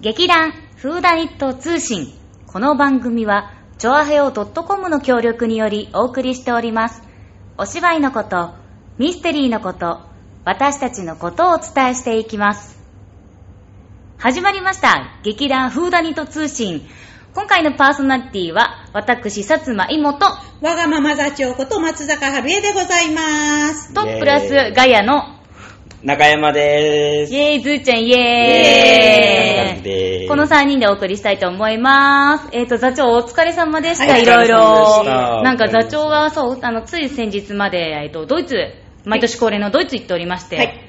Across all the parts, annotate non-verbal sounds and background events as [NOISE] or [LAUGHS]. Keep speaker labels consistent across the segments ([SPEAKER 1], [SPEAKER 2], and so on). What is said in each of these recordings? [SPEAKER 1] 劇団フーダニット通信。この番組は、チョアヘオ .com の協力によりお送りしております。お芝居のこと、ミステリーのこと、私たちのことをお伝えしていきます。始まりました。劇団フーダニット通信。今回のパーソナリティは、私、薩摩妹と、
[SPEAKER 2] わがまま座長こと松坂春江でございます。
[SPEAKER 1] と
[SPEAKER 3] イエーイ
[SPEAKER 1] プラスガヤの、
[SPEAKER 3] 中山でー
[SPEAKER 1] イ
[SPEAKER 3] す。
[SPEAKER 1] ェーイ、ズーちゃん、イ
[SPEAKER 3] イ
[SPEAKER 1] エ
[SPEAKER 3] 中山
[SPEAKER 1] ーイ
[SPEAKER 3] でーす。
[SPEAKER 1] この3人でお送りしたいと思います。えっ、と、座長お疲れ様でした、
[SPEAKER 2] はい
[SPEAKER 1] い、ろい
[SPEAKER 3] お疲れ様
[SPEAKER 1] ろ
[SPEAKER 3] でした。
[SPEAKER 1] なんか座長は、そう、あの、つい先日まで、えっ、と、ドイツ、毎年恒例のドイツ行っておりまして、
[SPEAKER 2] はい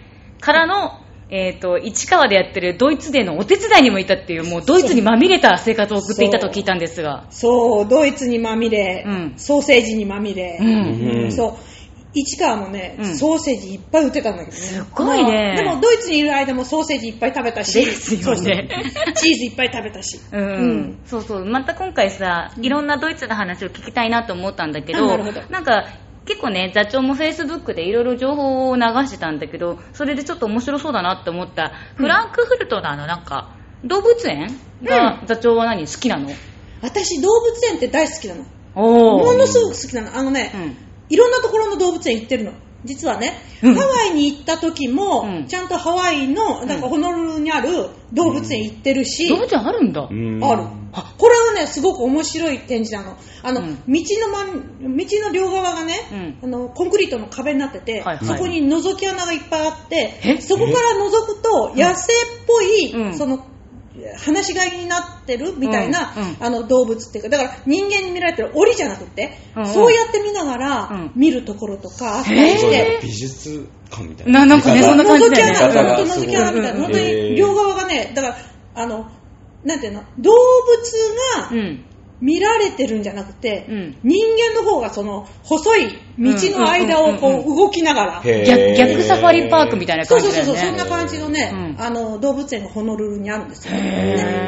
[SPEAKER 1] からの、えっ、と、市川でやってるドイツデーのお手伝いにもいたっていう、もうドイツにまみれた生活を送っていたと聞いたんですが、
[SPEAKER 2] そう、ドイツにまみれ、
[SPEAKER 1] うん
[SPEAKER 2] ソーセージにまみれ、
[SPEAKER 1] うん。
[SPEAKER 3] うん
[SPEAKER 2] そう、市川もね、
[SPEAKER 1] うん
[SPEAKER 2] ソーセージいっぱい売ってたんだけどね。す
[SPEAKER 1] ごいね
[SPEAKER 2] でもドイツにいる間もソーセージいっぱい食べたし、
[SPEAKER 1] ですよね
[SPEAKER 2] そうそうチーズいっぱい食べたし。
[SPEAKER 1] うん
[SPEAKER 2] うん
[SPEAKER 1] そうそうまた今回さいろんなドイツの話を聞きたいなと思ったんだけど,、
[SPEAKER 2] あなるほど
[SPEAKER 1] んか結構ね座長もフェイスブックでいろいろ情報を流してたんだけどそれでちょっと面白そうだなって思ったフランクフルトのあのなんか動物園が、座長は何好きなの
[SPEAKER 2] 私、動物園って大好きなの。
[SPEAKER 1] お
[SPEAKER 2] も
[SPEAKER 1] ー
[SPEAKER 2] のすごく好きなの。あのね、
[SPEAKER 1] うん
[SPEAKER 2] いろんなところの動物園行ってるの。実はね、
[SPEAKER 1] うん
[SPEAKER 2] ハワイに行った時も、
[SPEAKER 1] うん
[SPEAKER 2] ちゃんとハワイの、なんかホノルルにある動物園行ってるし、
[SPEAKER 1] 動物園あるんだ、
[SPEAKER 3] うん
[SPEAKER 2] ある。これはね、すごく面白い展示なの。あの、
[SPEAKER 1] うん
[SPEAKER 2] 道のまん、道の両側がね、あの、コンクリートの壁になってて、
[SPEAKER 1] はいはい
[SPEAKER 2] そこに覗き穴がいっぱいあっ
[SPEAKER 1] え
[SPEAKER 2] て、そこから覗くと、野生っぽい、
[SPEAKER 1] うん
[SPEAKER 2] その、放し飼いになってるみたいな、
[SPEAKER 1] うんうん
[SPEAKER 2] あの動物っていうか、だから人間に見られてる檻じゃなくって、
[SPEAKER 1] うんうん
[SPEAKER 2] そうやって見ながら、
[SPEAKER 1] うん
[SPEAKER 2] 見るところとかあったりし
[SPEAKER 1] へ
[SPEAKER 2] て、
[SPEAKER 3] 美術館みたい
[SPEAKER 1] な
[SPEAKER 3] な。
[SPEAKER 1] なんかねそんな感じ
[SPEAKER 2] 覗き
[SPEAKER 1] だよね
[SPEAKER 2] 穴、
[SPEAKER 3] 方が
[SPEAKER 2] 本当覗き穴みたいな、
[SPEAKER 1] うんうん
[SPEAKER 2] 本当に両側がね、だから、あの、なんていうの、動物
[SPEAKER 1] う
[SPEAKER 2] が
[SPEAKER 1] ん
[SPEAKER 2] 見られてるんじゃなくて、
[SPEAKER 1] うん
[SPEAKER 2] 人間の方がその、細い道の間を
[SPEAKER 1] うんうんうん
[SPEAKER 2] こ
[SPEAKER 1] うん
[SPEAKER 2] う動きながら、
[SPEAKER 3] へー
[SPEAKER 1] 逆逆サファリパークみたいな
[SPEAKER 2] そう
[SPEAKER 1] 感
[SPEAKER 2] そう
[SPEAKER 1] じだ
[SPEAKER 2] そう
[SPEAKER 1] よ
[SPEAKER 2] そう、
[SPEAKER 1] ね
[SPEAKER 2] そんな感じのね、
[SPEAKER 1] うん
[SPEAKER 2] あの動物園がホノルルにあるんですよ、
[SPEAKER 1] へー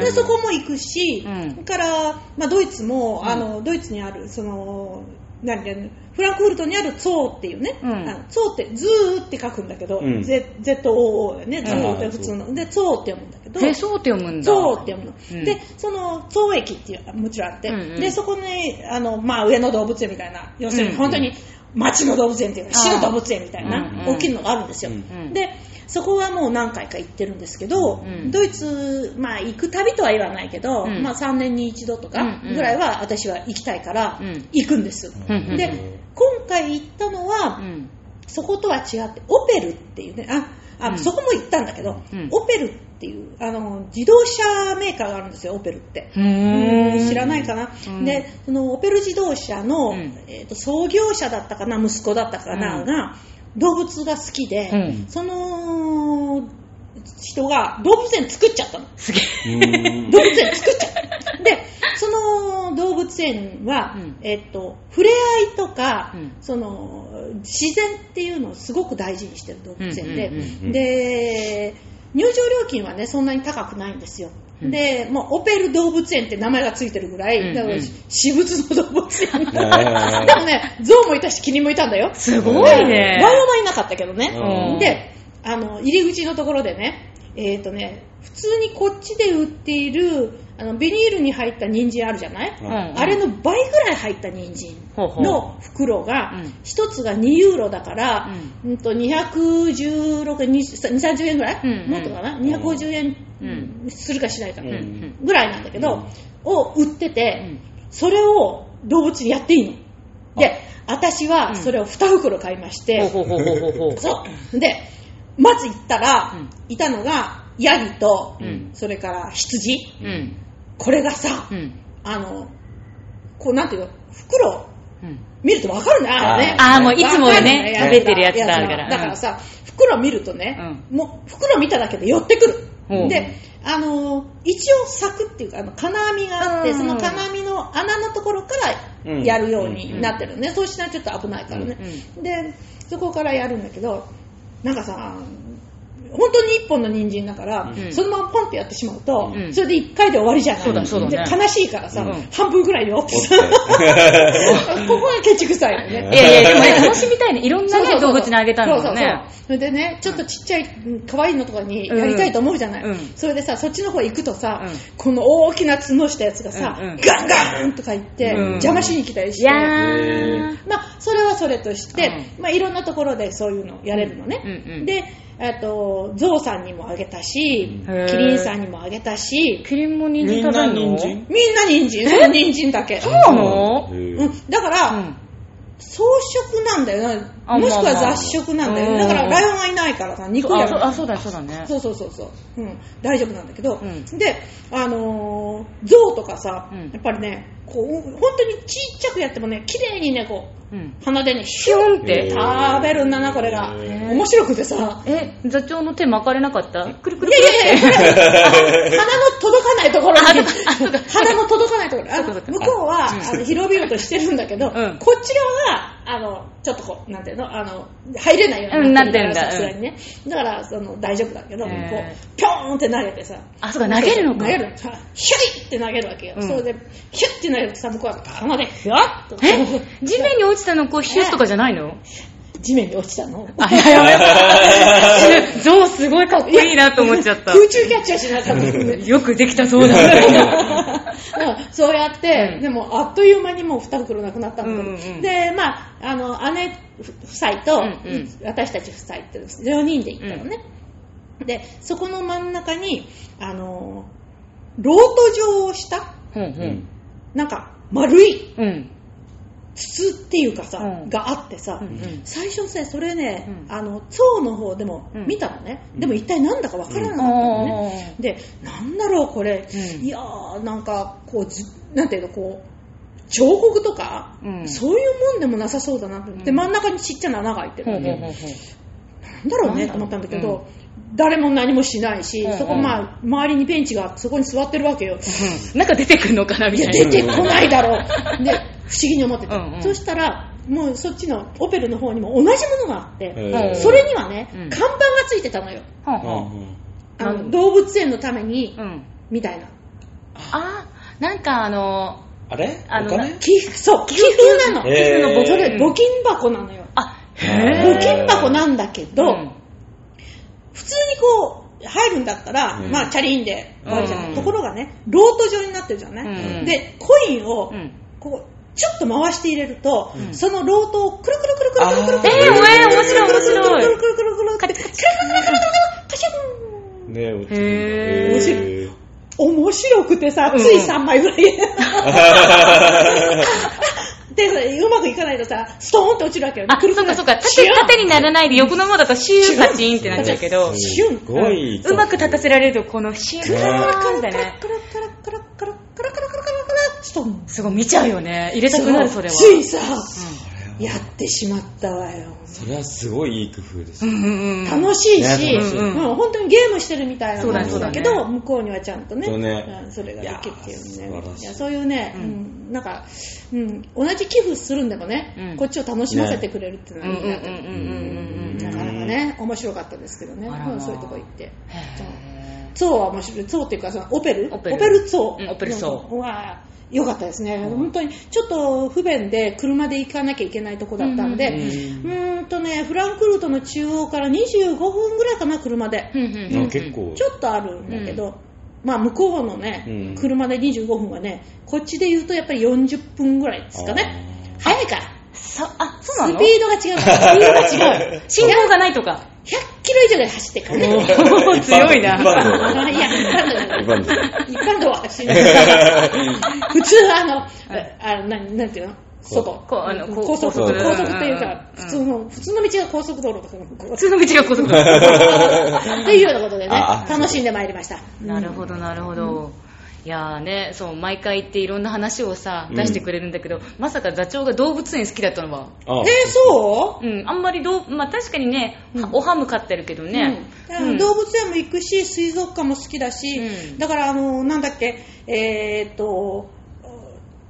[SPEAKER 2] ねでそこも行くし、
[SPEAKER 1] うん
[SPEAKER 2] それから、まあ、ドイツも、
[SPEAKER 1] うん
[SPEAKER 2] あのドイツにあるその何て言うのフランクフルトにあるゾウっていうね、
[SPEAKER 1] うん
[SPEAKER 2] あのゾウってズーって書くんだけど、
[SPEAKER 3] うん
[SPEAKER 2] Z- ZOO だよね、ゾウっ
[SPEAKER 3] う
[SPEAKER 2] て
[SPEAKER 3] ん
[SPEAKER 2] 普通の、でゾウって読むんだけど
[SPEAKER 1] へそうって読むんだ
[SPEAKER 2] ゾウって読むの、
[SPEAKER 1] うん
[SPEAKER 2] でそのゾウ駅っていうのがもちろんあって、
[SPEAKER 1] うんうん
[SPEAKER 2] でそこにあの、まあ、上野動物園みたいな要する
[SPEAKER 1] う
[SPEAKER 2] に
[SPEAKER 1] ん
[SPEAKER 2] 本当に町の動物園っていうか市の動物園みたいな、
[SPEAKER 1] うん
[SPEAKER 2] 大きいのがあるんですよ、
[SPEAKER 3] うん
[SPEAKER 1] うん
[SPEAKER 2] でそこはもう何回か行ってるんですけど、
[SPEAKER 1] うん
[SPEAKER 2] ドイツ、まあ、行く旅とは言わないけど、
[SPEAKER 1] うん
[SPEAKER 2] まあ、3年に一度とか
[SPEAKER 1] うんうん
[SPEAKER 2] ぐらいは私は行きたいから
[SPEAKER 1] うん
[SPEAKER 2] 行くんです、
[SPEAKER 1] うんうん
[SPEAKER 2] で今回行ったのは、
[SPEAKER 1] うん
[SPEAKER 2] そことは違ってオペルっていうねああ、
[SPEAKER 1] うん
[SPEAKER 2] そこも行ったんだけど、
[SPEAKER 1] うん
[SPEAKER 2] オペルっていうあの自動車メーカーがあるんですよオペルって。
[SPEAKER 1] うーん
[SPEAKER 2] 知らないかな、
[SPEAKER 1] うん
[SPEAKER 2] でそのオペル自動車の、
[SPEAKER 1] うん
[SPEAKER 2] えーと創業者だったかな息子だったかな、
[SPEAKER 1] うん
[SPEAKER 2] が動物が好きで、
[SPEAKER 1] うん
[SPEAKER 2] その人が動物園作っちゃったの
[SPEAKER 1] すげえ
[SPEAKER 3] うん
[SPEAKER 2] 動物園作っちゃったで
[SPEAKER 1] [LAUGHS]
[SPEAKER 2] その動物園は、
[SPEAKER 1] うん
[SPEAKER 2] えっと触れ合いとか、
[SPEAKER 1] うん
[SPEAKER 2] その自然っていうのをすごく大事にしてる動物園で、
[SPEAKER 1] うんうんうん
[SPEAKER 3] うん
[SPEAKER 2] で入場料金はねそんなに高くないんですよ、
[SPEAKER 1] うん
[SPEAKER 2] でもうオペル動物園って名前がついてるぐらい、
[SPEAKER 1] うんうん
[SPEAKER 2] だから私物の動
[SPEAKER 1] [LAUGHS]
[SPEAKER 2] 物園で
[SPEAKER 3] はい
[SPEAKER 2] もねゾウもいたしキリンもいたんだよ
[SPEAKER 1] すごいね
[SPEAKER 2] ライオンはいなかったけどね、
[SPEAKER 3] うん
[SPEAKER 2] であの入り口のところでね,、えーとね普通にこっちで売っているあのビニールに入った人参あるじゃない、
[SPEAKER 3] うん
[SPEAKER 2] あれの倍ぐらい入った人参
[SPEAKER 1] ほうほう
[SPEAKER 2] の袋が
[SPEAKER 1] うん
[SPEAKER 2] 1つが2ユーロだから、うんと216円230円ぐらい、
[SPEAKER 1] うんうん
[SPEAKER 2] もっとかな250円
[SPEAKER 1] う
[SPEAKER 2] するかしないか
[SPEAKER 3] うんうん
[SPEAKER 2] ぐらいなんだけど、を売ってて、
[SPEAKER 1] うん
[SPEAKER 2] それを動物にやっていいので私はそれを2袋買いまして、
[SPEAKER 1] ほうほうほうほうほうほう
[SPEAKER 2] そう。で、まず行ったら、
[SPEAKER 1] うん
[SPEAKER 2] いたのが、ヤギと、
[SPEAKER 1] うん
[SPEAKER 2] それから羊。
[SPEAKER 1] うん
[SPEAKER 2] これがさ、
[SPEAKER 1] うん
[SPEAKER 2] あの、こうなんていうの、袋、
[SPEAKER 1] うん
[SPEAKER 2] 見るとわかるね、あれね。
[SPEAKER 1] あーもういつもね
[SPEAKER 2] わかる
[SPEAKER 1] 食べてるやつだから
[SPEAKER 2] だからさ、袋見るとね、もう袋見ただけで寄ってく
[SPEAKER 1] うん
[SPEAKER 2] る。で、あのー一応柵っていうか、あの金網があって、
[SPEAKER 1] うん
[SPEAKER 2] その金網の穴のところから
[SPEAKER 3] うん
[SPEAKER 2] やるようになってるね。そうしないとちょっと危ないからね
[SPEAKER 1] う。
[SPEAKER 2] で、そこからやるんだけど、なんかさ、本当に1本の人参だから、
[SPEAKER 1] うん
[SPEAKER 2] そのままポンってやってしまうと、
[SPEAKER 1] うん
[SPEAKER 2] それで1回で終わりじゃない
[SPEAKER 1] そうだ
[SPEAKER 3] そう
[SPEAKER 1] だね
[SPEAKER 2] で悲しいからさ、
[SPEAKER 1] うん
[SPEAKER 2] 半分ぐらいよって [LAUGHS] ここがケチくさいよね
[SPEAKER 1] いやいや、でもね、楽しみたいね。いろんなね、動物にあげたんだもん
[SPEAKER 2] そうそう
[SPEAKER 1] ね。
[SPEAKER 2] そうそれでね、ちょっとちっちゃい、うん可愛いのとかにやりたいと思うじゃない。
[SPEAKER 1] うんうん
[SPEAKER 2] それでさ、そっちの方行くとさ、
[SPEAKER 1] うん
[SPEAKER 2] この大きな角したやつがさ、
[SPEAKER 1] うんうん
[SPEAKER 2] ガンガンとか言って、
[SPEAKER 1] うん
[SPEAKER 2] 邪魔しに来たりし
[SPEAKER 1] い
[SPEAKER 2] て。
[SPEAKER 1] やー
[SPEAKER 3] ね。
[SPEAKER 2] まあ、それはそれとして、まあ、いろんなところでそういうのやれるのね。
[SPEAKER 1] うんうんうん
[SPEAKER 2] で、えっと、ゾウさんにもあげたし、
[SPEAKER 1] うんへー
[SPEAKER 2] キリンさんにもあげたし、
[SPEAKER 1] キリンも人
[SPEAKER 3] み
[SPEAKER 1] 参食べ
[SPEAKER 3] んな
[SPEAKER 1] るの
[SPEAKER 3] 人参
[SPEAKER 2] みんな人参、その人参だけ。
[SPEAKER 1] そうなの
[SPEAKER 3] へ
[SPEAKER 2] う
[SPEAKER 3] ー
[SPEAKER 2] ん、だから、
[SPEAKER 1] うん
[SPEAKER 2] 草食なんだよ
[SPEAKER 1] あ
[SPEAKER 2] な。もしくは雑食なんだよね。
[SPEAKER 1] まあ
[SPEAKER 2] だ
[SPEAKER 1] まあ
[SPEAKER 2] から、ライオンがいないからさ、肉
[SPEAKER 1] あ
[SPEAKER 2] や
[SPEAKER 1] そう
[SPEAKER 2] る。
[SPEAKER 1] あ、そうだね、そうだね。
[SPEAKER 2] そうそうそうそう、うん、大丈夫なんだけど、
[SPEAKER 1] うん
[SPEAKER 2] で、あのー、象とかさ、
[SPEAKER 1] うん
[SPEAKER 2] やっぱりね、こう、本当にちっちゃくやってもね、綺麗にね、こ
[SPEAKER 1] うん
[SPEAKER 2] う、。鼻でね、ヒュンって
[SPEAKER 3] へー
[SPEAKER 2] 食べるんだな、これが。
[SPEAKER 3] へ
[SPEAKER 1] ー
[SPEAKER 2] 面白くてさ、
[SPEAKER 1] え、座長の手巻かれなかったくるく
[SPEAKER 2] い
[SPEAKER 1] る
[SPEAKER 2] や
[SPEAKER 1] く
[SPEAKER 2] い
[SPEAKER 1] る
[SPEAKER 2] やいや、鼻の届かないところ
[SPEAKER 1] あそ
[SPEAKER 2] に
[SPEAKER 1] うかあそうか、
[SPEAKER 2] 鼻の届かないところ、あ
[SPEAKER 1] そう
[SPEAKER 2] の
[SPEAKER 1] かそうか
[SPEAKER 2] 向こうは、
[SPEAKER 1] うん
[SPEAKER 2] あの広々としてるんだけど、
[SPEAKER 1] うん
[SPEAKER 2] こっち側が、あの、ちょっとこう、なんていうの、あの、入れないようになってるか
[SPEAKER 1] うんなっ
[SPEAKER 2] ら、
[SPEAKER 1] てん
[SPEAKER 2] さす
[SPEAKER 1] だ
[SPEAKER 2] がにね。だから、その、大丈夫だけど、
[SPEAKER 1] へ
[SPEAKER 2] こ
[SPEAKER 1] ー
[SPEAKER 2] う、ぴょーんって投げてさ、
[SPEAKER 1] あ、そうか、投げるのか。
[SPEAKER 2] 投げるのさヒュイって投げるわけよ。
[SPEAKER 1] うん
[SPEAKER 2] それで、ヒュッて投げるとさ、向こうは鼻で、ふわっと、
[SPEAKER 1] え地面に落ちたの、こう、ヒュースとかじゃないの
[SPEAKER 2] 地面に落ちたの。
[SPEAKER 1] あ、やばいやば [LAUGHS] い。ゾウすごいかっこいいなと思っちゃ
[SPEAKER 2] [LAUGHS]
[SPEAKER 1] った。
[SPEAKER 2] 空中キャッチはしなかったです
[SPEAKER 1] [LAUGHS]
[SPEAKER 2] ね。
[SPEAKER 1] よくできたそうだ。
[SPEAKER 2] うんそうやって、
[SPEAKER 1] うん
[SPEAKER 2] でもあっという間にもう2袋なくなったんだけど、
[SPEAKER 1] うんうんうん
[SPEAKER 2] でまああの姉夫妻と、
[SPEAKER 1] うんうん
[SPEAKER 2] 私たち夫妻って4人で行ったのね、でそこの真ん中にあのロート状をした
[SPEAKER 1] うんう
[SPEAKER 3] うんん。
[SPEAKER 2] なんか丸い
[SPEAKER 1] うん。
[SPEAKER 2] 筒っていうかさ、
[SPEAKER 1] うん
[SPEAKER 2] があってさ、
[SPEAKER 1] うんうん
[SPEAKER 2] 最初さそれね、
[SPEAKER 1] うん
[SPEAKER 2] あの蝶の方でも
[SPEAKER 1] うん
[SPEAKER 2] 見たのね、
[SPEAKER 3] うん
[SPEAKER 2] でも一体なんだかわからなかったのね、で、なんだろうこれ、
[SPEAKER 1] うん
[SPEAKER 2] いやー、なんか、こう、ずなんていうの、こう、彫刻とか、
[SPEAKER 1] うん
[SPEAKER 2] そういうもんでもなさそうだなと思って、
[SPEAKER 1] うん
[SPEAKER 2] 真ん中にちっちゃな穴が開いて
[SPEAKER 1] ほう
[SPEAKER 2] る。
[SPEAKER 1] ほうほうほう
[SPEAKER 2] なんだろう
[SPEAKER 1] な
[SPEAKER 2] ね
[SPEAKER 1] んだろう
[SPEAKER 2] と思ったんだけど、誰も何もしないし、
[SPEAKER 1] うん
[SPEAKER 2] そこ、まあ、周りにベンチがそこに座ってるわけよ。
[SPEAKER 1] うんなんか出てくんのかなみ
[SPEAKER 2] い
[SPEAKER 1] たい
[SPEAKER 2] や、
[SPEAKER 1] な。
[SPEAKER 2] 出てこないだろ
[SPEAKER 1] [LAUGHS]
[SPEAKER 2] う。で、不思議に思ってた。
[SPEAKER 1] うんうん
[SPEAKER 2] そしたら、もうそっちのオペルの方にも同じものがあって、
[SPEAKER 3] へー
[SPEAKER 2] それにはね、
[SPEAKER 1] うん
[SPEAKER 2] 看板がついてたのよ。
[SPEAKER 1] ほう
[SPEAKER 3] う
[SPEAKER 1] ほ
[SPEAKER 3] んうん
[SPEAKER 2] あ
[SPEAKER 1] う
[SPEAKER 2] の
[SPEAKER 1] ん
[SPEAKER 2] 動物園のために、
[SPEAKER 1] ううん。
[SPEAKER 2] みたいな。
[SPEAKER 1] あ、なんかあの、
[SPEAKER 3] あれ
[SPEAKER 1] あの
[SPEAKER 3] お金
[SPEAKER 2] 寄付、そう、寄付なの。
[SPEAKER 3] えー
[SPEAKER 1] 寄付の募
[SPEAKER 2] そ
[SPEAKER 1] 金
[SPEAKER 2] れ、募金箱なのよ。
[SPEAKER 1] あ、
[SPEAKER 3] へー
[SPEAKER 2] 募金箱なんだけど、
[SPEAKER 1] うん
[SPEAKER 2] 普通にこう、入るんだったら、
[SPEAKER 3] うん
[SPEAKER 2] まあ、チャリンで終わりじゃない。
[SPEAKER 1] うん
[SPEAKER 2] ところがね、ロート状になってるじゃない、
[SPEAKER 1] うん
[SPEAKER 2] で、コインを
[SPEAKER 1] う、ん
[SPEAKER 2] こう、ちょっと回して入れると、
[SPEAKER 1] うん
[SPEAKER 2] そのロートをくるくるくるくるくる
[SPEAKER 1] えー、
[SPEAKER 2] くる
[SPEAKER 1] おえ、面白い面白
[SPEAKER 2] く
[SPEAKER 1] い。
[SPEAKER 2] るくるくるくるくるって、くるくるくるくるくるカシャン
[SPEAKER 3] ね落ちて
[SPEAKER 1] へー
[SPEAKER 3] る [LAUGHS] へー
[SPEAKER 2] 面白くてさ、つい3枚ぐらい。でさ、うまくいかないとさ、ストーンって落ちるわけよね。
[SPEAKER 1] あ、そっかそっか。縦縦にならないで横の方だとシューパチンってなっちゃうけど、
[SPEAKER 2] シュン
[SPEAKER 3] すごい。
[SPEAKER 1] うまく立たせられるとこのシューパチンだね。
[SPEAKER 2] カラカラカラカラカラカラカラカラカラちょっと
[SPEAKER 1] すごい見ちゃうよね。入れたくなるそれは。
[SPEAKER 2] ついさ、
[SPEAKER 3] それ
[SPEAKER 2] や
[SPEAKER 3] は
[SPEAKER 2] ってしまったわよ。
[SPEAKER 3] それはすごいいい工夫です
[SPEAKER 1] う。んうんうんうん。
[SPEAKER 2] 楽しいし、
[SPEAKER 3] ね
[SPEAKER 2] うん
[SPEAKER 1] うん
[SPEAKER 2] うん本当にゲームしてるみたいな
[SPEAKER 1] そう
[SPEAKER 3] だね
[SPEAKER 2] ものだけ
[SPEAKER 1] そう
[SPEAKER 2] ど、
[SPEAKER 1] だ
[SPEAKER 2] 向こうにはちゃんとね、
[SPEAKER 3] そうね
[SPEAKER 2] うんそれができるっていうね
[SPEAKER 3] いやー素晴らしい
[SPEAKER 2] やそういうね、
[SPEAKER 1] うん
[SPEAKER 2] うんなんか、うん、同じ寄付するんでもね、
[SPEAKER 1] うん
[SPEAKER 2] こっちを楽しませてくれるっていう
[SPEAKER 1] うん
[SPEAKER 2] の
[SPEAKER 1] うん
[SPEAKER 2] は
[SPEAKER 1] うん
[SPEAKER 2] いいなと思って
[SPEAKER 1] うんうんうん
[SPEAKER 2] なかなかね、面白かったですけどね、
[SPEAKER 1] あらまあ
[SPEAKER 2] うんそういうとこ行って。そう
[SPEAKER 1] へ
[SPEAKER 2] ゾウは面白い。ゾウっていうか、そのオペル
[SPEAKER 1] オペル
[SPEAKER 2] ゾウ。
[SPEAKER 1] うんオペルゾウ
[SPEAKER 2] ウ。は、良かったですね。
[SPEAKER 1] うん
[SPEAKER 2] 本当に、ちょっと不便で、車で行かなきゃいけないとこだったんで、
[SPEAKER 1] う
[SPEAKER 2] うんん
[SPEAKER 1] うん
[SPEAKER 2] ーんとね、フランクフルトの中央から25分ぐらいかな、車で。
[SPEAKER 1] ーうんうんうん
[SPEAKER 3] あ結構。
[SPEAKER 2] ちょっとあるんだけど、まあ、向こうの
[SPEAKER 3] う
[SPEAKER 2] ね
[SPEAKER 3] ん、
[SPEAKER 2] 車で25分はね、こっちで言うとやっぱり40分ぐらいですかね。早いから。
[SPEAKER 1] そあ、そ
[SPEAKER 2] ス
[SPEAKER 1] うなの
[SPEAKER 2] ピードが違うから。スピードが違
[SPEAKER 1] [LAUGHS]
[SPEAKER 2] う。
[SPEAKER 1] 違う。信号がないとか。
[SPEAKER 2] 100キロ以上で走ってからね。
[SPEAKER 1] おー強い
[SPEAKER 3] 一般
[SPEAKER 1] な。
[SPEAKER 3] 道
[SPEAKER 2] あいや、一般道
[SPEAKER 3] 一般道
[SPEAKER 2] 一般道は走
[SPEAKER 1] [LAUGHS]
[SPEAKER 2] らない。普通、あの、あの、なんなんていうの外。
[SPEAKER 1] こうあのこう
[SPEAKER 2] 高速、
[SPEAKER 3] 高
[SPEAKER 2] 高
[SPEAKER 3] 速
[SPEAKER 2] 速というか、
[SPEAKER 1] うん
[SPEAKER 2] 普通の、普通の道が高速道路とかのこ
[SPEAKER 1] 普
[SPEAKER 2] う
[SPEAKER 1] 通の道が高速だ。
[SPEAKER 2] というようなことでね
[SPEAKER 3] あ、あ
[SPEAKER 2] 楽しんでまいりました。
[SPEAKER 1] なるほどなるほど、いやーねそう毎回行っていろんな話をさ
[SPEAKER 3] うん
[SPEAKER 1] 出してくれるんだけど、まさか座長が動物園好きだったのは
[SPEAKER 3] あ
[SPEAKER 2] えー、そ
[SPEAKER 1] うんあんまりどう、まあ、確かにね、
[SPEAKER 2] うん
[SPEAKER 1] おハム飼ってるけど
[SPEAKER 2] う
[SPEAKER 1] ね、
[SPEAKER 2] うん
[SPEAKER 1] うん
[SPEAKER 2] 動物園も行くし、水族館も好きだし、
[SPEAKER 1] うん
[SPEAKER 2] だから、あの、なんだっけ、えーっと、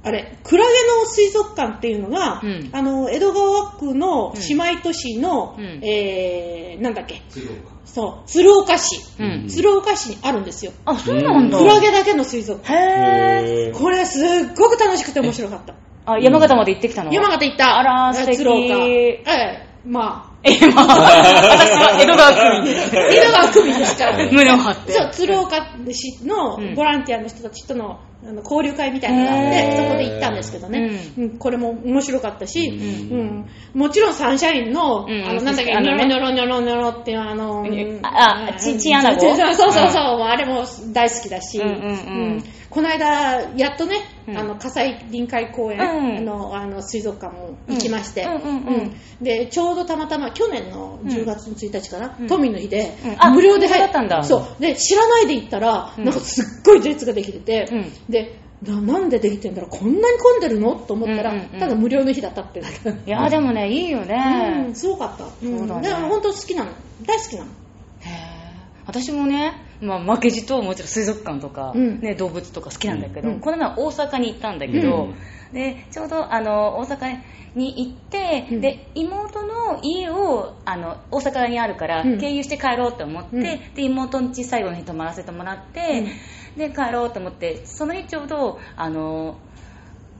[SPEAKER 2] あれ、クラゲの水族館っていうのが、
[SPEAKER 1] うん
[SPEAKER 2] あの、江戸川区の姉妹都市の、
[SPEAKER 1] うん
[SPEAKER 2] えー、なんだっけ、
[SPEAKER 3] 水道管
[SPEAKER 2] そう、鶴岡市。
[SPEAKER 1] うん。
[SPEAKER 2] 鶴岡市にあるんですよ。
[SPEAKER 1] あ、そうなんだ。
[SPEAKER 2] クラゲだけの水族館。
[SPEAKER 1] へー。
[SPEAKER 3] へー
[SPEAKER 2] これすっごく楽しくて面白かった。
[SPEAKER 1] あ、山形まで行ってきたの
[SPEAKER 2] 山形行った。
[SPEAKER 1] あら素敵
[SPEAKER 2] 鶴岡。ええ、まあ、
[SPEAKER 1] え、 [LAUGHS] まあ、私は江戸川区 [LAUGHS] 民。
[SPEAKER 2] 江戸川区民ですから。
[SPEAKER 1] 胸を張って。
[SPEAKER 2] そう、鶴岡市の
[SPEAKER 1] うん
[SPEAKER 2] ボランティアの人たちとのあの交流会みたいなのがあって、
[SPEAKER 3] へー
[SPEAKER 2] そこで行ったんですけどね、うんこれも面白かったし、
[SPEAKER 3] うん
[SPEAKER 2] うんもちろんサンシャインの、
[SPEAKER 1] うん
[SPEAKER 2] あの、なんだっけ、
[SPEAKER 1] あ
[SPEAKER 2] ニョ
[SPEAKER 1] のね
[SPEAKER 2] ロニョロニョロニョロっていうあの、
[SPEAKER 1] うんああちちんあなご
[SPEAKER 2] ちそうそうそうそう、あれも大好きだし、
[SPEAKER 1] うんうんうん
[SPEAKER 2] この間、やっとね、
[SPEAKER 1] うん
[SPEAKER 2] あの、火災臨海公
[SPEAKER 1] うん
[SPEAKER 2] 園の,、あの水族館も行きまして、
[SPEAKER 1] うんうんうんうん
[SPEAKER 2] で、ちょうどたまたま、去年の10月の1日かな、
[SPEAKER 1] うん
[SPEAKER 2] 都民の日で、
[SPEAKER 1] うんあ
[SPEAKER 2] 無料で
[SPEAKER 1] 無料だったんだ
[SPEAKER 2] そう。で、知らないで行ったら、
[SPEAKER 1] うん
[SPEAKER 2] なんかすっごい列ができてて、
[SPEAKER 1] うん
[SPEAKER 2] でな、なんでできてんだろう、こんなに混んでるのと思ったら、
[SPEAKER 1] うんうんうん
[SPEAKER 2] ただ無料の日だったってだけ
[SPEAKER 1] いや、でもね、いいよ
[SPEAKER 2] う
[SPEAKER 1] ね
[SPEAKER 2] ん、。すごかった。うん
[SPEAKER 1] そうだね
[SPEAKER 2] から本当好きなの。大好きなの。
[SPEAKER 1] へー私もね、まあ、負けじともちろん水族館とか、
[SPEAKER 2] うん
[SPEAKER 1] ね、動物とか好きなんだけど、
[SPEAKER 2] うん
[SPEAKER 1] この前大阪に行ったんだけど、でちょうどあの大阪に行って、
[SPEAKER 2] うん
[SPEAKER 1] で妹の家をあの大阪にあるから、
[SPEAKER 2] うん
[SPEAKER 1] 経由して帰ろうと思って、
[SPEAKER 2] うん
[SPEAKER 1] で妹の家最後の日泊まらせてもらって、で帰ろうと思ってその日ちょうどあの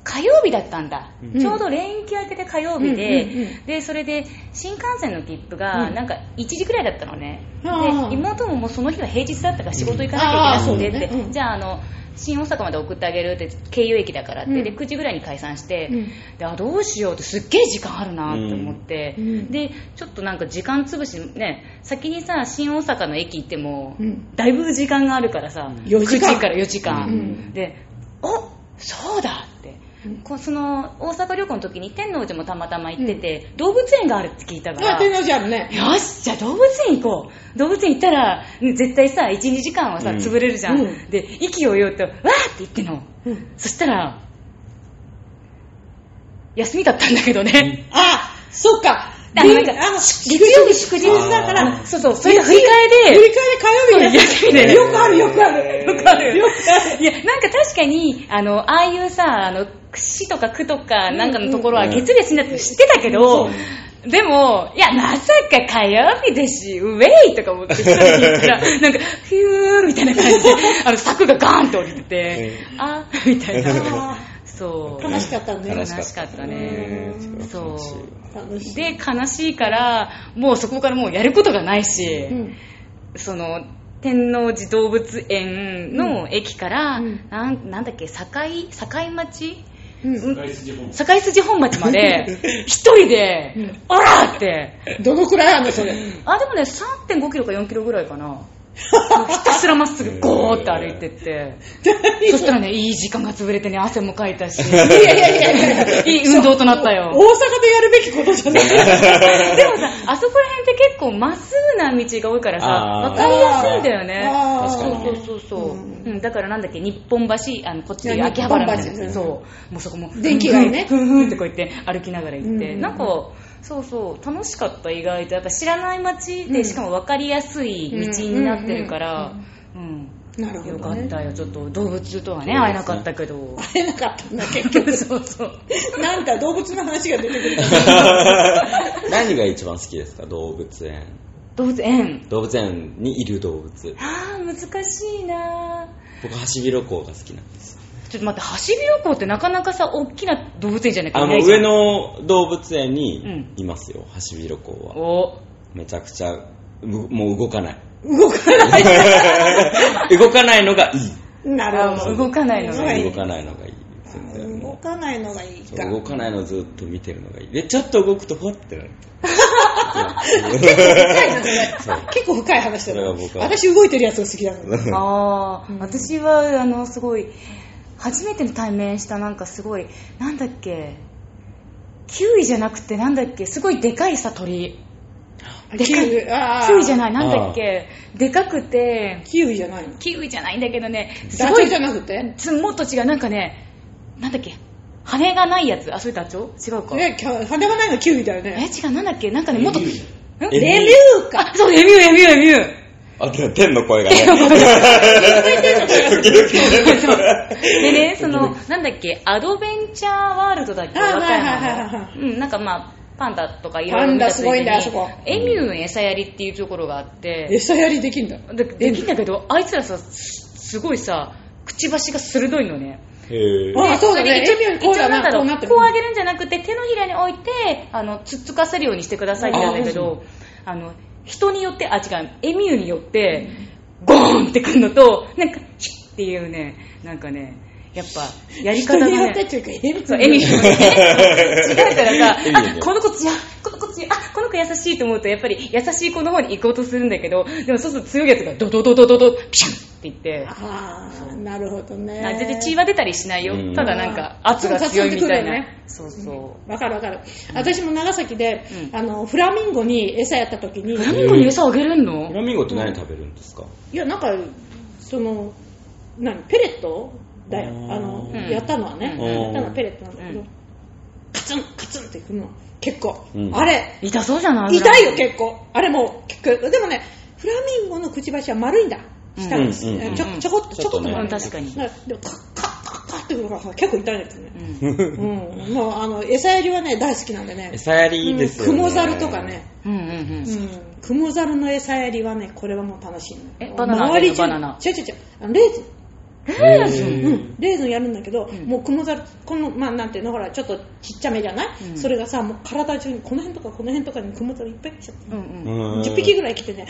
[SPEAKER 1] 火曜日だったんだ、
[SPEAKER 3] うん
[SPEAKER 1] ちょうど連休明けで火曜日で、
[SPEAKER 2] うんうんうん
[SPEAKER 1] でそれで新幹線の切符が
[SPEAKER 2] うん
[SPEAKER 1] なんか1時くらいだったのね、
[SPEAKER 2] ああ
[SPEAKER 1] で妹ももうその日は平日だったから仕事行かなきゃいけないので
[SPEAKER 2] うんああそうだね
[SPEAKER 1] って
[SPEAKER 2] うん
[SPEAKER 1] じゃああの新大阪まで送ってあげるって経由駅だからって、
[SPEAKER 2] うん
[SPEAKER 1] で9時ぐらいに解散して、
[SPEAKER 2] うん
[SPEAKER 1] であどうしようってすっげえ時間あるなって思って、
[SPEAKER 2] うん
[SPEAKER 1] でちょっとなんか時間潰しね先にさ新大阪の駅行っても、
[SPEAKER 2] うん
[SPEAKER 1] だいぶ時間があるからさ、
[SPEAKER 2] 4時間
[SPEAKER 1] 9から4時間、
[SPEAKER 2] うん
[SPEAKER 1] でおそうだって、
[SPEAKER 2] うん
[SPEAKER 1] こうその大阪旅行の時に天王寺もたまたま行ってて、動物園があるって聞いたか
[SPEAKER 2] あ、
[SPEAKER 1] ら
[SPEAKER 2] 天王寺あるね。
[SPEAKER 1] よし、じゃあ動物園行こう。動物園行ったら、ね絶対さ、1、2時間はさ、
[SPEAKER 3] うん
[SPEAKER 1] 潰れるじゃん。
[SPEAKER 2] うん
[SPEAKER 1] で、息を言うと、わーって言ってんの。
[SPEAKER 2] うん
[SPEAKER 1] そしたら、休みだったんだけどね。
[SPEAKER 2] あ、そっか。
[SPEAKER 1] あ
[SPEAKER 2] で
[SPEAKER 1] なんか
[SPEAKER 2] あの、
[SPEAKER 1] し
[SPEAKER 2] 月曜日祝日だか
[SPEAKER 3] あ
[SPEAKER 2] ら、
[SPEAKER 1] そうそう、それが振り替え
[SPEAKER 2] 振
[SPEAKER 1] で、
[SPEAKER 2] り替えで火曜日
[SPEAKER 1] そう休みで
[SPEAKER 2] よくあるよくある。
[SPEAKER 1] よくある
[SPEAKER 2] よくある。
[SPEAKER 1] いや、なんか確かに、あの、ああいうさ、あの、市とか区とかなんかのところは
[SPEAKER 3] うん
[SPEAKER 1] 月別になって知ってたけど、
[SPEAKER 3] うん
[SPEAKER 1] でも、いや、まさか火曜日だし、ウェイとか思って一人で行った
[SPEAKER 2] [LAUGHS]
[SPEAKER 1] ら、なんか、ヒューみたいな感じで、あの、柵がガーンと降りてて、あーみたいな。
[SPEAKER 2] [LAUGHS] あ
[SPEAKER 1] そう。
[SPEAKER 2] 悲しかったね
[SPEAKER 1] 悲しかったね。
[SPEAKER 3] そ。
[SPEAKER 1] そう
[SPEAKER 2] ー楽しい。
[SPEAKER 1] で、悲しいから、もうそこからもうやることがないし、
[SPEAKER 2] うん
[SPEAKER 1] その天王寺動物園の駅から、
[SPEAKER 2] うん
[SPEAKER 1] なんなんだっけ堺堺町
[SPEAKER 2] うん
[SPEAKER 1] 堺筋本町ま
[SPEAKER 2] [LAUGHS]
[SPEAKER 1] で一人で、
[SPEAKER 2] うん
[SPEAKER 1] あらって
[SPEAKER 2] どのくらいあるのそれ。
[SPEAKER 1] あでもね3 5キロか4キロぐらいかな [LAUGHS] ひたすらまっすぐゴーって歩いてってそしたらねいい時間が潰れてね汗もかいたし
[SPEAKER 2] いやいやいやいや
[SPEAKER 1] いい運動となった
[SPEAKER 2] 大
[SPEAKER 1] よ
[SPEAKER 2] 阪でやるべきことじゃない。
[SPEAKER 1] [LAUGHS] でもさ、あそこら辺って結構まっすぐな道が多いからさ、
[SPEAKER 3] あー
[SPEAKER 1] わかりやすいんだよね。
[SPEAKER 2] あ
[SPEAKER 3] ー
[SPEAKER 1] そう
[SPEAKER 3] 確か
[SPEAKER 1] そう
[SPEAKER 3] に
[SPEAKER 1] そうそう、
[SPEAKER 2] うん
[SPEAKER 1] うんだからなんだっけ、日本橋、あのこっち
[SPEAKER 2] い
[SPEAKER 1] で
[SPEAKER 2] や
[SPEAKER 1] 秋葉原みたい
[SPEAKER 2] 日
[SPEAKER 1] な
[SPEAKER 2] 本橋
[SPEAKER 1] そう。もうそこも、
[SPEAKER 2] 電気街ね
[SPEAKER 1] ふんふんふんふんってこうやって歩きながら行って、
[SPEAKER 2] うん
[SPEAKER 1] なんか、そうそう、楽しかった意外と。やっぱ知らない街で、
[SPEAKER 2] うん
[SPEAKER 1] しかもわかりやすい道になってるから、うん。
[SPEAKER 2] なるほど、ね。
[SPEAKER 1] よかったよ、ちょっと動物とはね、会えなかったけど。
[SPEAKER 2] 会えなかったんだ、結局。
[SPEAKER 1] そうそう。
[SPEAKER 2] なんか動物の話が出てくる。
[SPEAKER 3] 何が一番好きですか動物園。
[SPEAKER 1] 動物園。
[SPEAKER 3] 動物園にいる動物。
[SPEAKER 1] ああ、難しいなー
[SPEAKER 3] 僕、ハシビロコウが好きなんです。
[SPEAKER 1] ちょっと待って、ハシビロコウってなかなかさ、大きな動物園じゃないか
[SPEAKER 3] あ
[SPEAKER 1] ら
[SPEAKER 3] の、
[SPEAKER 1] いじゃ
[SPEAKER 3] 上
[SPEAKER 1] ん
[SPEAKER 3] の動物園に
[SPEAKER 1] うん
[SPEAKER 3] いますよ、ハシビロコウは。
[SPEAKER 1] お
[SPEAKER 3] めちゃくちゃ、うもう動かない。
[SPEAKER 2] 動かない。
[SPEAKER 3] [LAUGHS] 動かないのがいい。
[SPEAKER 2] な
[SPEAKER 1] あ
[SPEAKER 2] る
[SPEAKER 1] も
[SPEAKER 2] ほ
[SPEAKER 1] う
[SPEAKER 2] ど。
[SPEAKER 1] 動かないの
[SPEAKER 2] は
[SPEAKER 1] ね。
[SPEAKER 2] い
[SPEAKER 3] 動かないのがいい。全然
[SPEAKER 2] 動
[SPEAKER 3] も
[SPEAKER 2] かないのがいいうか。
[SPEAKER 3] 動かないのずっと見てるのがいい。で、ちょっと動くとほってなる。そう
[SPEAKER 2] 結構深い話だ
[SPEAKER 3] それ
[SPEAKER 2] な
[SPEAKER 3] は僕は
[SPEAKER 2] 私動いてるやつが好きなの。
[SPEAKER 1] ああ、
[SPEAKER 2] うん
[SPEAKER 1] 私は、あの、すごい、初めて対面したなんかすごい、なんだっけ、キウイじゃなくてなんだっけ、すごいでかいさ、鳥。でかい
[SPEAKER 2] キウイ。あー
[SPEAKER 1] キウイじゃない、なんだっけ、でかくて、
[SPEAKER 2] キウイじゃないの。
[SPEAKER 1] キウイじゃないんだけどね、す
[SPEAKER 2] ダ
[SPEAKER 1] ご
[SPEAKER 2] チョウ
[SPEAKER 1] い
[SPEAKER 2] じゃなくて
[SPEAKER 1] つもっと違う、なんかね、なんだっけ、羽がないやつ。あ、それダチョウ違うか。
[SPEAKER 2] え、きゃ羽がないのキウイだよ
[SPEAKER 1] え、
[SPEAKER 2] ね。
[SPEAKER 1] 違う、なんだっけ、なんかね、もっと、
[SPEAKER 3] エミュー
[SPEAKER 1] ん
[SPEAKER 3] じエミュ
[SPEAKER 2] レミ
[SPEAKER 3] ー
[SPEAKER 2] ューか。
[SPEAKER 1] あ、そう、エミュー、エミュー、エミュー。
[SPEAKER 3] あ、でも天の声がね。
[SPEAKER 1] [LAUGHS] で
[SPEAKER 2] [LAUGHS]
[SPEAKER 1] ね、その、なんだっけ、アドベンチャーワールドだっけ、
[SPEAKER 2] あー
[SPEAKER 1] 和歌
[SPEAKER 2] はいはいはい
[SPEAKER 1] 山
[SPEAKER 2] は
[SPEAKER 1] の。うん、なんかまあ、パンダとかいろいろ見たついでに
[SPEAKER 2] パンダすごいんだあそこ
[SPEAKER 1] エミューの餌やりっていうところがあって、
[SPEAKER 2] 餌やりできんだ。
[SPEAKER 1] でできんだけど、あいつらさ、すすごいさ、くちばしが鋭いのね。
[SPEAKER 3] へ
[SPEAKER 2] あ
[SPEAKER 3] ー。
[SPEAKER 2] そうだね
[SPEAKER 1] 一応
[SPEAKER 2] エミュー
[SPEAKER 1] 一
[SPEAKER 2] こ
[SPEAKER 1] 応
[SPEAKER 2] うだな
[SPEAKER 1] なんだろ
[SPEAKER 2] こうなっ
[SPEAKER 1] う
[SPEAKER 2] てる
[SPEAKER 1] こう上げるんじゃなくて手のひらに置いてあのつっつかせるようにしてくださいって言うんだけどあの人によってあ違うエミューによってゴーンってくるのとなんかヒュッっていうねなんかねやっぱやり方
[SPEAKER 2] 人
[SPEAKER 1] が
[SPEAKER 2] によってっ
[SPEAKER 1] ね
[SPEAKER 2] ていうか、
[SPEAKER 1] そうエミューによって [LAUGHS] 違うから
[SPEAKER 3] エミューによ
[SPEAKER 1] さあ
[SPEAKER 3] って
[SPEAKER 1] この子強いこの子強いあこの子優しいと思うとやっぱり優しい子の方に行こうとするんだけどでもそうすると強いやつがドドドドドドピシャンって言って。
[SPEAKER 2] ああ、なるほどね。
[SPEAKER 1] あ全然血は出たりしないよ、
[SPEAKER 3] うん
[SPEAKER 1] ただなんか圧が強いみたいな、そうそ
[SPEAKER 2] わかるわかる。私も長崎で、
[SPEAKER 1] うん
[SPEAKER 2] あの、フラミンゴに餌やった時に、
[SPEAKER 1] うフラミンゴに餌あげれんの
[SPEAKER 3] フラミンゴって何食べるんですか
[SPEAKER 2] いや、なんか、その、何、ペレットだよ
[SPEAKER 3] う。ん
[SPEAKER 2] あの、
[SPEAKER 1] うん
[SPEAKER 2] やったのはね、
[SPEAKER 3] うん
[SPEAKER 2] やったのはペレットなんだけど、
[SPEAKER 1] うん
[SPEAKER 2] カツン、カツンっていくの。結構。
[SPEAKER 3] うん
[SPEAKER 2] あれ、
[SPEAKER 1] 痛そうじゃない
[SPEAKER 2] 痛いよ、結構。あれもう、結構。でもね、フラミンゴのくちばしは丸いんだ。下
[SPEAKER 3] うん
[SPEAKER 2] が、
[SPEAKER 3] うんうん
[SPEAKER 2] ちょちょこっと、
[SPEAKER 3] ち
[SPEAKER 2] ちょ
[SPEAKER 3] ょっと
[SPEAKER 2] こっと丸いん
[SPEAKER 3] ね
[SPEAKER 2] だ
[SPEAKER 1] うん確かに
[SPEAKER 2] だらでも、カッカッカッカッってくるから結構痛いんですよね。
[SPEAKER 1] 構、
[SPEAKER 2] うん、もうあの餌やりはね大好きなんでね
[SPEAKER 3] 餌やりですよね。
[SPEAKER 2] うんクモザルとかね、
[SPEAKER 1] うん、うんうんうん
[SPEAKER 2] うん、クモザルの餌やりはねこれはもう楽しいの
[SPEAKER 1] えバナナあげるバナナ
[SPEAKER 2] 違う違う違うあのレーズン
[SPEAKER 3] へー。
[SPEAKER 2] うん、レーズンやるんだけど、
[SPEAKER 1] ん
[SPEAKER 2] もうクモザルこのまあなんていうのほらちょっとちっちゃめじゃない、
[SPEAKER 1] うん
[SPEAKER 2] それがさもう体中にこの辺とかこの辺とかにクモザルいっぱい来ちゃっ
[SPEAKER 1] う
[SPEAKER 2] て、
[SPEAKER 1] んうん
[SPEAKER 3] うん
[SPEAKER 2] 10匹ぐらい来てね、わ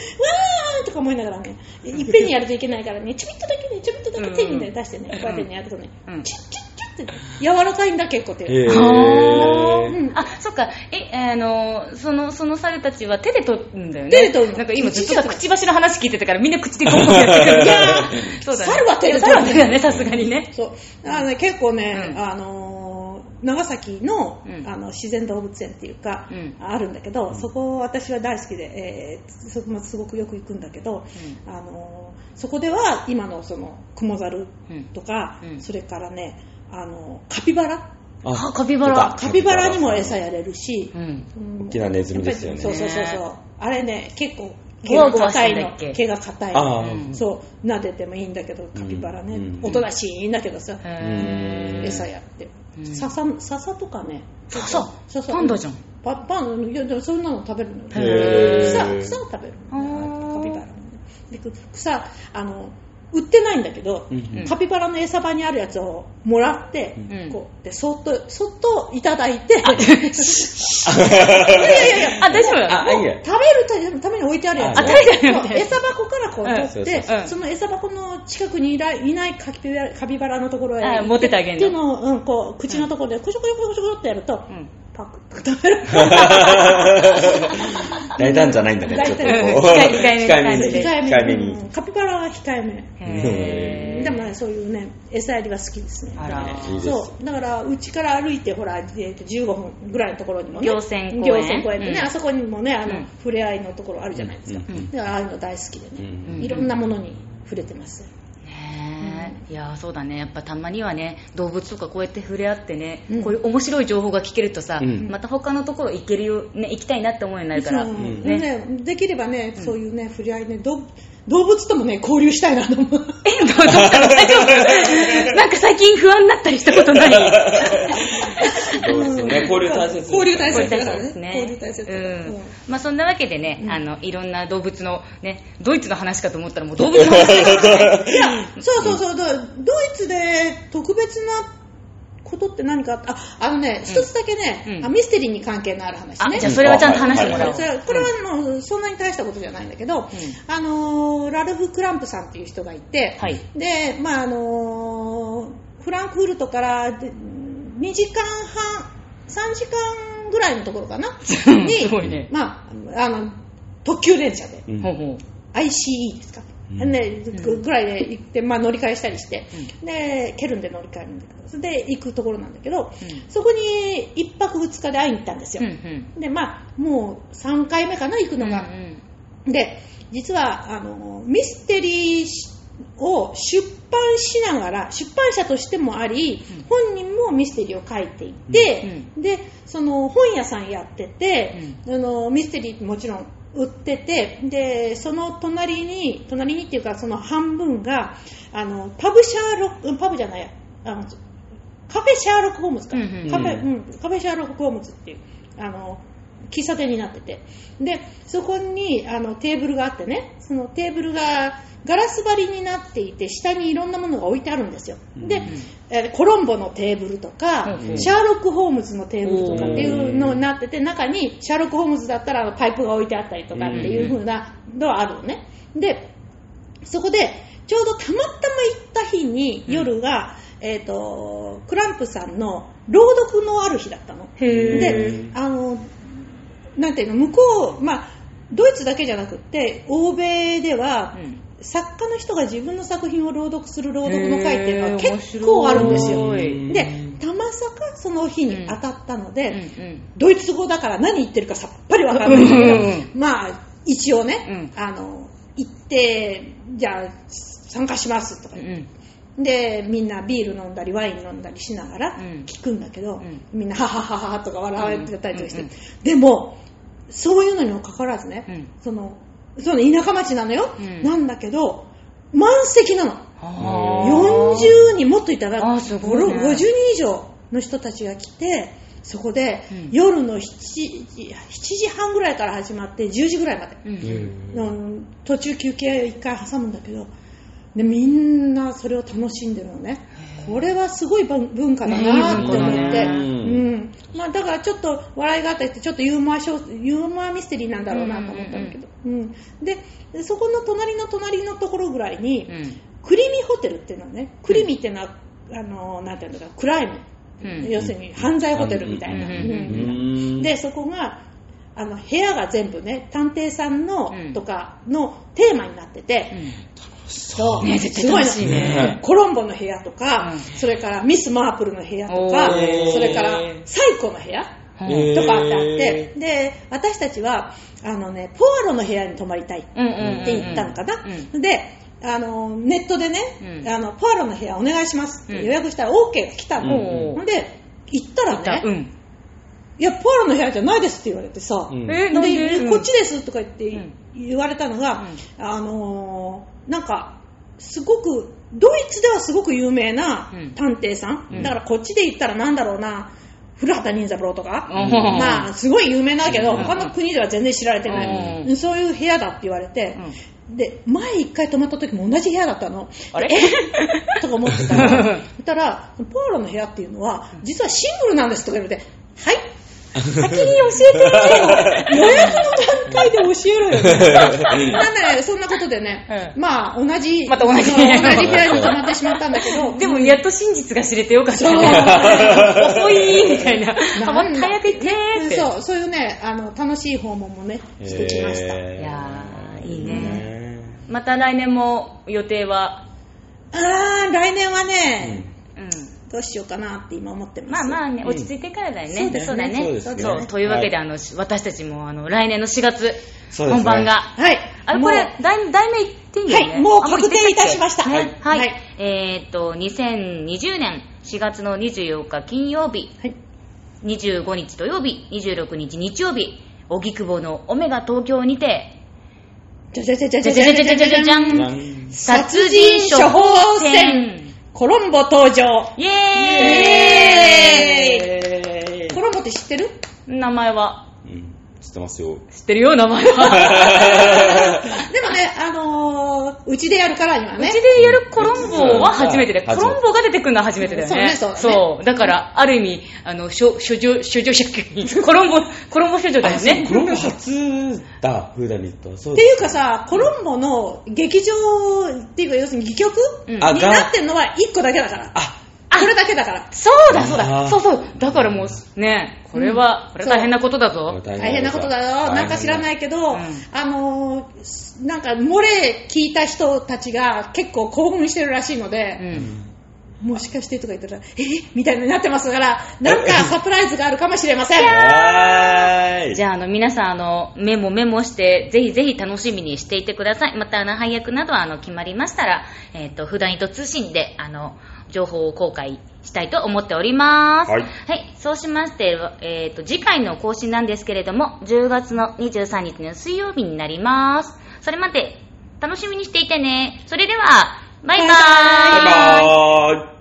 [SPEAKER 2] ーとか思いながら
[SPEAKER 3] [LAUGHS]
[SPEAKER 2] ね、いっぺんにやるといけないからね、ちょびっとだけね、ちょびっとだけ手にね、
[SPEAKER 1] うん
[SPEAKER 2] 出してね、こうやってね、やるとね、
[SPEAKER 1] うん
[SPEAKER 2] キュッキュッキュッってね、柔らかいんだ、結構って。
[SPEAKER 3] へー
[SPEAKER 1] あ
[SPEAKER 2] うん
[SPEAKER 1] あ、そっか、え、あの、その、その猿たちは手で取るんだよね。
[SPEAKER 2] 手で取るの
[SPEAKER 1] なんか今ずっとさ、くちばしの話聞いてたからみんな口でゴンゴンやってくる。いやーそうだね。
[SPEAKER 2] 猿は手で取る
[SPEAKER 1] 猿は手だね、さすがにね。
[SPEAKER 2] そう。だからね、結構ね、
[SPEAKER 1] うん
[SPEAKER 2] あのー長崎の,、
[SPEAKER 1] うん
[SPEAKER 2] あの自然動物園っていうか、
[SPEAKER 1] うん
[SPEAKER 2] あるんだけど、そこ私は大好きで、えーそこもすごくよく行くんだけど、あのーそこでは今のそのクモザルとか、
[SPEAKER 1] うんうん
[SPEAKER 2] それからね、あのーカピバラ
[SPEAKER 1] あカピバラ
[SPEAKER 2] カピバラにも餌やれるし
[SPEAKER 1] う、ん。
[SPEAKER 2] うん
[SPEAKER 3] 大きなネズミですよね
[SPEAKER 2] やっぱりそうそうそうそう
[SPEAKER 1] ね。
[SPEAKER 2] あれね、結構
[SPEAKER 1] ゴ
[SPEAKER 2] 毛
[SPEAKER 1] ワ
[SPEAKER 2] が
[SPEAKER 1] ゴワし
[SPEAKER 2] 硬
[SPEAKER 1] て
[SPEAKER 2] い
[SPEAKER 1] んだっ
[SPEAKER 2] の。
[SPEAKER 1] け
[SPEAKER 2] 毛が硬いの。
[SPEAKER 3] ああ、
[SPEAKER 1] うん
[SPEAKER 2] そう、撫でてもいいんだけど、カピバラね、
[SPEAKER 3] うん
[SPEAKER 2] おとなしいんだけどさ、
[SPEAKER 1] へー
[SPEAKER 2] 餌やって
[SPEAKER 1] うん。
[SPEAKER 2] 笹、笹とかね。
[SPEAKER 1] 笹
[SPEAKER 2] 笹
[SPEAKER 1] パンダじゃん。
[SPEAKER 2] パパン、いや、でもそんなの食べるのよ。
[SPEAKER 1] へ
[SPEAKER 3] ー
[SPEAKER 2] 草、草を食べる
[SPEAKER 1] あー
[SPEAKER 2] の。カピバラのね。で、く草、あの、売ってないんだけど、
[SPEAKER 3] うん
[SPEAKER 2] カピバラの餌場にあるやつをもらって、
[SPEAKER 1] うん
[SPEAKER 2] こう、で、そっと、そっといただいて、 [LAUGHS] いやいやいや、
[SPEAKER 1] あ、大丈夫
[SPEAKER 3] あ、いいや。
[SPEAKER 2] 食べるために置いてあるやつ
[SPEAKER 3] あ食
[SPEAKER 1] べてあるやつ
[SPEAKER 2] そう餌箱からこう取って、
[SPEAKER 3] うん
[SPEAKER 1] そうそうそう
[SPEAKER 2] その餌箱の近くにいらいないカピバラカピバラのところへ
[SPEAKER 1] あ持ってってあげんの
[SPEAKER 2] 手の、うん、こう口のところでこしょこしょこしょこしょってやると、
[SPEAKER 1] うん
[SPEAKER 2] パクッと食べる
[SPEAKER 1] [LAUGHS]
[SPEAKER 3] 大胆じゃないんだね、ちょっとこう。
[SPEAKER 1] 大胆うん控えめ
[SPEAKER 3] 控
[SPEAKER 1] 控
[SPEAKER 3] えめに。控えめに。
[SPEAKER 2] うんカピバラは控えめ
[SPEAKER 1] へー
[SPEAKER 2] でもねそういうね餌やりは好きですね
[SPEAKER 1] あら
[SPEAKER 3] いいです
[SPEAKER 2] そうだからうちから歩いてほら、えーと15分ぐらいのところにもね
[SPEAKER 1] 行船公園
[SPEAKER 2] 行船公園ってね、
[SPEAKER 1] うん
[SPEAKER 2] あそこにもねあの、
[SPEAKER 1] うん
[SPEAKER 2] 触れ合いのところあるじゃないですか、
[SPEAKER 3] うん
[SPEAKER 1] うん
[SPEAKER 2] だからああいうの大好きでね、
[SPEAKER 1] うん
[SPEAKER 2] いろんなものに触れてます
[SPEAKER 1] ねえいやーそうだねやっぱたまにはね動物とかこうやって触れ合ってね、
[SPEAKER 2] うん
[SPEAKER 1] こういう面白い情報が聞けるとさ、
[SPEAKER 3] うん
[SPEAKER 1] また他のところ行けるよ、ね、行きたいなって思うようになるから、
[SPEAKER 2] そう
[SPEAKER 3] うん
[SPEAKER 1] ね
[SPEAKER 2] ねできればね、そういうね触れ合いねど動物ともね交流したいなと
[SPEAKER 1] [LAUGHS]
[SPEAKER 2] 思
[SPEAKER 1] え
[SPEAKER 2] う
[SPEAKER 1] どうどうしたの大丈夫なんか最近不安になったりしたことない
[SPEAKER 3] そうですね。交流大切ですね
[SPEAKER 2] 交流大
[SPEAKER 1] こ
[SPEAKER 2] 切
[SPEAKER 1] れ大事ですね
[SPEAKER 2] 交流大切だから
[SPEAKER 1] うん
[SPEAKER 2] うん
[SPEAKER 1] まあ、そんなわけでね、あのいろんな動物のねドイツの話かと思ったらもう動物の話だからね
[SPEAKER 2] いやそうそうそう、だドイツで特別なことって何かあったああのね一つだけね、
[SPEAKER 1] うん
[SPEAKER 2] あミステリーに関係のある話
[SPEAKER 1] あ
[SPEAKER 2] ね
[SPEAKER 1] じゃあそれはちゃんと話してもらおう、
[SPEAKER 2] それはこれはもうそんなに大したことじゃないんだけど、あのーラルフ・クランプさんっていう人がいて、
[SPEAKER 1] はい
[SPEAKER 2] で、まああのーフランクフルトからで2時間半3時間ぐらいのところか
[SPEAKER 1] [LAUGHS]
[SPEAKER 2] な
[SPEAKER 1] すごいね
[SPEAKER 2] まあ、あの特急電車で
[SPEAKER 3] うん
[SPEAKER 1] ほうほ
[SPEAKER 2] ICE ですか、
[SPEAKER 3] うん
[SPEAKER 2] ね、ぐぐらいで行って、まあ、乗り換えしたりして、でケルンで乗り換えるんだけどそれで行くところなんだけど、
[SPEAKER 1] うん
[SPEAKER 2] そこに1泊2日で会いに行ったんです
[SPEAKER 1] う、う
[SPEAKER 2] よ、
[SPEAKER 1] んうん
[SPEAKER 2] でまあもう3回目かな行くのが、で実はあのミステリーを出版しながら出版社としてもあり、
[SPEAKER 1] うん
[SPEAKER 2] 本人もミステリーを書いていて、でその本屋さんやってて、あのミステリーもちろん売っててでその隣に隣にっていうかその半分があのパブシャーロックうんパブじゃないやあのカフェシャーロック・ホームズか、
[SPEAKER 1] うんうん
[SPEAKER 2] カフェうん、カフェシャーロック・ホームズっていうあの喫茶店になってて。で、そこにあのテーブルがあってね、そのテーブルがガラス張りになっていて、下にいろんなものが置いてあるんですよ。で、えーコロンボのテーブルとか、
[SPEAKER 1] うん
[SPEAKER 3] うん
[SPEAKER 2] シャーロック・ホームズのテーブルとかっていうのになってて、中にシャーロック・ホームズだったらあのパイプが置いてあったりとかっていう風なのはあるのね。で、そこで、ちょうどたまたま行った日に、
[SPEAKER 1] うん
[SPEAKER 2] 夜が、えっ、と、クランプさんの朗読のある日だったの。で
[SPEAKER 3] へ、
[SPEAKER 2] あの、なんていうの、向こう、まあ、ドイツだけじゃなくって、欧米では、作家の人が自分の作品を朗読する朗読の会っていうのは結構あるんですよ。
[SPEAKER 3] へー面白い
[SPEAKER 2] で、たまさかその日に当たったので、
[SPEAKER 1] うん
[SPEAKER 2] ドイツ語だから何言ってるかさっぱりわかんないんだけ
[SPEAKER 3] [LAUGHS]
[SPEAKER 2] ど、まあ、一応ね、あの、行って、じゃあ、参加しますとか
[SPEAKER 1] うんうん
[SPEAKER 2] で、みんなビール飲んだり、ワイン飲んだりしながら
[SPEAKER 1] うん
[SPEAKER 2] 聞くんだけど、
[SPEAKER 1] うん
[SPEAKER 2] みんな、はははははとか笑ってたりとかして、
[SPEAKER 1] うんうん
[SPEAKER 2] でも、そういうのにもかかわらずね、
[SPEAKER 1] うん
[SPEAKER 2] その、その田舎町なのよ、
[SPEAKER 1] うん
[SPEAKER 2] なんだけど、満席なの。
[SPEAKER 1] あー
[SPEAKER 2] 40人もっといたら、
[SPEAKER 1] あーすごいね
[SPEAKER 2] 50 50人以上の人たちが来てそこで
[SPEAKER 1] うん
[SPEAKER 2] 夜の7時 ,7 時半ぐらいから始まって10時ぐらいまで、
[SPEAKER 1] うんうん
[SPEAKER 2] の途中休憩1回挟むんだけどでみんなそれを楽しんでるのねこれはすごい文文化だなって思って、
[SPEAKER 1] う
[SPEAKER 2] うんんまあ、だからちょっと笑いがあったりしてちょっとユーモアショーユーモアミステリーなんだろうなと思ったんだけど、うんでそこの隣の隣のところぐらいに、
[SPEAKER 1] うん
[SPEAKER 2] クリミホテルっていうのはね、クリミっていうのは、あの、なんていうのかな、クライム、
[SPEAKER 1] うん
[SPEAKER 2] 要するに犯罪ホテルみたいな。
[SPEAKER 1] うん
[SPEAKER 2] うん
[SPEAKER 3] [LAUGHS]
[SPEAKER 2] で、そこが、あの、部屋が全部ね、探偵さんの
[SPEAKER 1] うん
[SPEAKER 2] とかのテーマになってて、
[SPEAKER 3] そう
[SPEAKER 1] ね絶対楽しいね
[SPEAKER 2] コロンボの部屋とか、
[SPEAKER 1] うん
[SPEAKER 2] それからミス・マープルの部屋とか、
[SPEAKER 1] おー
[SPEAKER 2] それからサイコの部屋
[SPEAKER 1] うん
[SPEAKER 3] えー
[SPEAKER 2] とかってあって、で、私たちは、あのね、ポアロの部屋に泊まりたい
[SPEAKER 1] うんうん
[SPEAKER 2] って言ったのかな、
[SPEAKER 1] うん
[SPEAKER 2] であのネットでね、
[SPEAKER 1] うん
[SPEAKER 2] あのポアロの部屋お願いしますって
[SPEAKER 1] うん
[SPEAKER 2] 予約したら OK が来たの、
[SPEAKER 1] おー
[SPEAKER 2] ほんで行ったらね、
[SPEAKER 1] うん
[SPEAKER 2] いやポアロの部屋じゃないですって言われてさ、
[SPEAKER 3] うん
[SPEAKER 1] えなん
[SPEAKER 2] で
[SPEAKER 1] で
[SPEAKER 2] こっちですとか言って
[SPEAKER 1] うん
[SPEAKER 2] 言われたのが、あのーなんかすごくドイツではすごく有名な
[SPEAKER 1] うん
[SPEAKER 2] 探偵さん、
[SPEAKER 1] うん
[SPEAKER 2] だからこっちで言ったらなんだろうな古畑任三郎とか、
[SPEAKER 1] うん
[SPEAKER 2] まあすごい有名だけど
[SPEAKER 1] うん
[SPEAKER 2] 他の国では全然知られてない、
[SPEAKER 1] うん
[SPEAKER 2] そういう部屋だって言われて、
[SPEAKER 1] うん
[SPEAKER 2] で、前一回泊まった時も同じ部屋だったの。
[SPEAKER 1] あれ
[SPEAKER 2] え [LAUGHS] とか思ってた
[SPEAKER 1] [LAUGHS]
[SPEAKER 2] ら、そしたら、ポアロの部屋っていうのは、実はシングルなんですとか言われて、はい先に教えてくれよ予約の段階で教えろよ。なんだね、そんなことでね、
[SPEAKER 1] う
[SPEAKER 2] まあ、同じ、
[SPEAKER 1] また同じ
[SPEAKER 2] 同じ部屋に泊まってしまったんだけ
[SPEAKER 1] [LAUGHS]
[SPEAKER 2] ど、
[SPEAKER 1] でもやっと真実が知れてよかった
[SPEAKER 2] そう
[SPEAKER 1] ね。遅いみたいな。
[SPEAKER 2] な
[SPEAKER 1] あ、も
[SPEAKER 2] ん
[SPEAKER 1] っと早く行ってーって。
[SPEAKER 2] そう、そういうね、あの、楽しい訪問もね、してきました。
[SPEAKER 3] えー
[SPEAKER 1] いやーいいねまた来年も予定は、
[SPEAKER 2] あー、来年はね、
[SPEAKER 1] うん。
[SPEAKER 2] どうしようかなって今思ってます。
[SPEAKER 1] まあまあね、
[SPEAKER 3] うん
[SPEAKER 1] 落ち着いてからだよね。
[SPEAKER 2] そうですね
[SPEAKER 1] だ
[SPEAKER 3] そう
[SPEAKER 1] ね。
[SPEAKER 3] ですね
[SPEAKER 1] そう。というわけで、
[SPEAKER 3] は
[SPEAKER 1] あの、私たちも、あの、来年の4月、
[SPEAKER 3] そうですね
[SPEAKER 1] 本番が。
[SPEAKER 2] はい。
[SPEAKER 1] あれ、これ、題題名言っていいんだよね
[SPEAKER 2] はいもう確定いたしました
[SPEAKER 1] あもう言ってっけねは。
[SPEAKER 2] はいい
[SPEAKER 1] えーっと、2020年4月の24日金曜日、
[SPEAKER 2] はい。
[SPEAKER 1] 25日土曜日、26日日曜日、荻窪のオメガ東京にて、
[SPEAKER 2] じゃじゃじゃじゃ
[SPEAKER 1] じ
[SPEAKER 2] じ
[SPEAKER 1] ゃ
[SPEAKER 2] ゃ
[SPEAKER 1] じ
[SPEAKER 2] じ
[SPEAKER 1] ゃ
[SPEAKER 2] ゃ
[SPEAKER 1] じ
[SPEAKER 2] じ
[SPEAKER 1] ゃ
[SPEAKER 2] ゃ
[SPEAKER 1] じ
[SPEAKER 2] じ
[SPEAKER 1] ゃじ
[SPEAKER 2] ゃじ
[SPEAKER 1] ゃ
[SPEAKER 2] ゃ
[SPEAKER 1] じ
[SPEAKER 2] じ
[SPEAKER 1] ゃ
[SPEAKER 2] ゃ
[SPEAKER 1] じゃ
[SPEAKER 2] じ
[SPEAKER 1] ん殺人処
[SPEAKER 2] ゃん。
[SPEAKER 3] うん
[SPEAKER 1] 方箋
[SPEAKER 2] コロンボ登場。
[SPEAKER 1] イ
[SPEAKER 2] エ
[SPEAKER 1] エーイ
[SPEAKER 3] え
[SPEAKER 2] コロンボって知ってる
[SPEAKER 1] 名前は
[SPEAKER 3] ーうん知ってますよ。
[SPEAKER 1] 知ってるよ、名前は。
[SPEAKER 3] [LAUGHS]
[SPEAKER 2] でもね、あのー、うちでやるから今
[SPEAKER 1] う
[SPEAKER 2] ね
[SPEAKER 1] ち。でやるコロンボは初めてで、コ
[SPEAKER 3] 初めて
[SPEAKER 1] ロンボが出てくるのは初めてだよね。
[SPEAKER 2] そうねそうだね
[SPEAKER 1] そうだから、ある意味、あの、諸諸女、諸女者、
[SPEAKER 3] [LAUGHS]
[SPEAKER 1] コロンボ、コロンボ諸女だよね。
[SPEAKER 3] コロンボ初だ、フーダニット。そう
[SPEAKER 2] っていうかさ、コロンボの劇場っていうか、要するに戯曲、
[SPEAKER 1] うん
[SPEAKER 3] あ
[SPEAKER 2] に
[SPEAKER 3] が
[SPEAKER 2] なってるのは1個だけだから。
[SPEAKER 3] あ、
[SPEAKER 2] これだけだから。
[SPEAKER 1] そうだ、そうだ、
[SPEAKER 3] あー
[SPEAKER 1] そうそう。だからもう、ね、これは、これは大変なことだぞ。
[SPEAKER 3] 大。
[SPEAKER 2] 大変なことだよ。なんか知らないいけ
[SPEAKER 1] う
[SPEAKER 2] ど、
[SPEAKER 1] ん
[SPEAKER 2] あのー、なんか漏れ聞いた人たちが結構興奮してるらしいので、
[SPEAKER 1] うん。
[SPEAKER 2] もしかしてとか言ったら、えみたいになってますから、なんかサプライズがあるかもしれません。
[SPEAKER 3] はーい。
[SPEAKER 1] じゃあ、あの、皆さん、あの、メモメモして、ぜひぜひ楽しみにしていてください。また、あの、配役などは、あの、決まりましたら、えっ、と、普段と通信で、あの、情報を公開したいと思っております。
[SPEAKER 3] はい
[SPEAKER 1] そうしまして、えっ、と、次回の更新なんですけれども、10月の23日の水曜日になります。それまで、楽しみにしていてね。それでは、バイバーイ
[SPEAKER 3] バイバーイ。